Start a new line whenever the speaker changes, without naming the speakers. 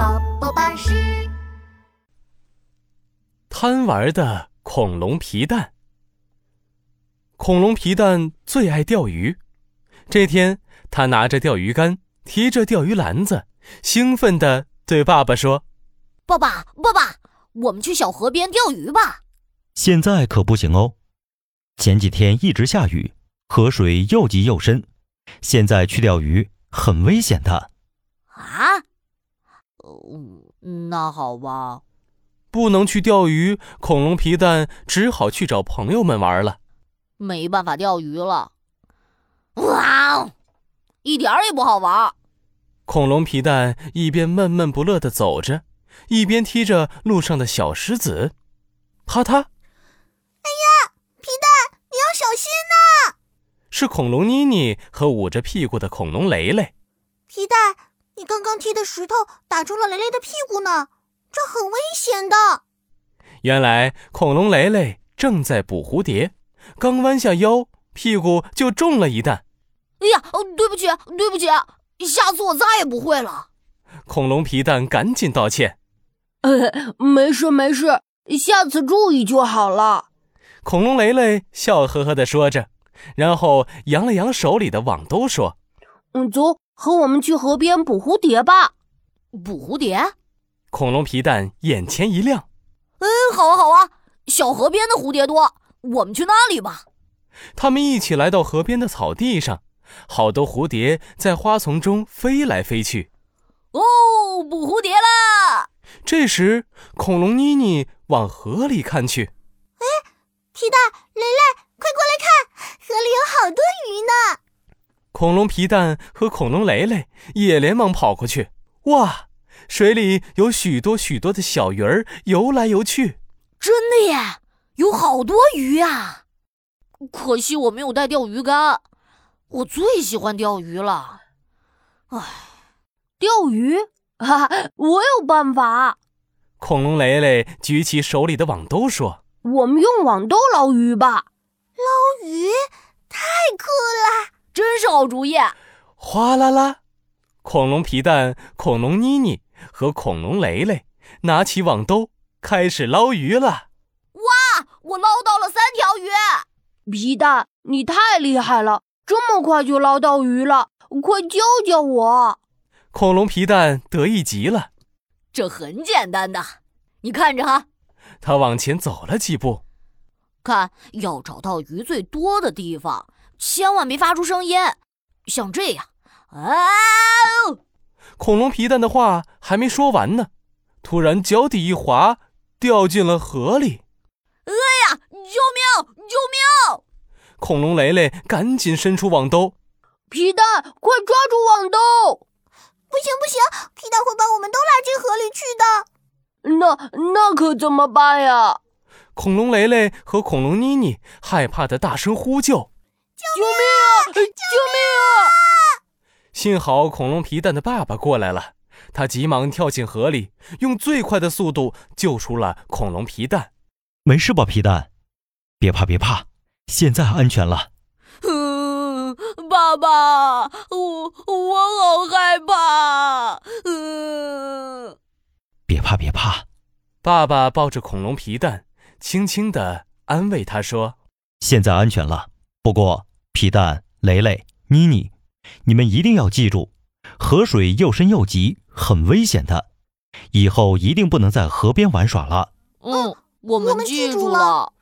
老师，
贪玩的恐龙皮蛋。恐龙皮蛋最爱钓鱼。这天，他拿着钓鱼竿，提着钓鱼篮子，兴奋地对爸爸说
爸爸，爸爸，我们去小河边钓鱼吧。
现在可不行哦。前几天一直下雨，河水又急又深，现在去钓鱼很危险的。
啊？嗯，那好吧。：“
不能去钓鱼。”恐龙皮蛋只好去找朋友们玩了。
没办法钓鱼了。哇哦，一点儿也不好玩儿。
恐龙皮蛋一边闷闷不乐地走着，一边踢着路上的小石子，啪嗒，
你要小心呐、
是恐龙妮妮和捂着屁股的恐龙雷雷。
皮蛋，你刚刚踢的石头打中了雷雷的屁股呢，这很危险的。
原来恐龙雷雷正在捕蝴蝶，刚弯下腰，屁股就中了一弹。
哎呀，哦对不起，对不起，下次我再也不会了。
恐龙皮蛋赶紧道歉。
没事没事，下次注意就好了。
恐龙雷雷笑呵呵地说着，然后扬了扬手里的网兜，说
嗯，走，和我们去河边捕蝴蝶吧。捕蝴蝶？嗯，：“
恐龙皮蛋眼前一亮。
好啊好啊，小河边的蝴蝶多，我们去那里吧。”
他们一起来到河边的草地上，好多蝴蝶在花丛中飞来飞去。
哦，捕蝴蝶啦！
这时，恐龙妮妮往河里看去，
皮蛋，雷雷，快过来看，河里有好多鱼呢。
恐龙皮蛋和恐龙雷雷也连忙跑过去。哇，水里有许多许多的小鱼儿游来游去。
真的耶，有好多鱼啊！可惜我没有带钓鱼竿，我最喜欢钓鱼了。唉，钓鱼， 哈哈，我有办法，
恐龙雷雷举起手里的网兜说
我们用网兜捞鱼吧，
捞鱼太酷了！
真是好主意。：“
哗啦啦！”恐龙皮蛋、恐龙妮妮和恐龙雷雷拿起网兜，开始捞鱼了。
我捞到了三条鱼。皮蛋，你太厉害了，这么快就捞到鱼了，快教教我。
恐龙皮蛋得意极了，
这很简单的，你看着哈，
他往前走了几步。
看，要找到鱼最多的地方，千万别发出声音，像这样。啊哦！
恐龙皮蛋的话还没说完呢，突然脚底一滑，掉进了河里。
哎呀，救命！救命！
恐龙雷雷赶紧伸出网兜，
皮蛋，快抓住网兜！
不行不行，皮蛋会把我们都拉进河里去的。
那那可怎么办呀？
恐龙雷雷和恐龙妮妮害怕的大声呼救。
救命啊！救命啊！
幸好恐龙皮蛋的爸爸过来了，他急忙跳进河里，用最快的速度救出了恐龙皮蛋。
没事吧，皮蛋？别怕，别怕，现在安全了。
嗯， 爸爸，我我好害怕。嗯，
别怕，别怕，
爸爸抱着恐龙皮蛋，轻轻地安慰他说
现在安全了。不过，皮蛋、雷雷、妮妮，你们一定要记住，河水又深又急，很危险的，以后一定不能在河边玩耍了。
嗯，我
我
们
们
记
记住
住
了
了。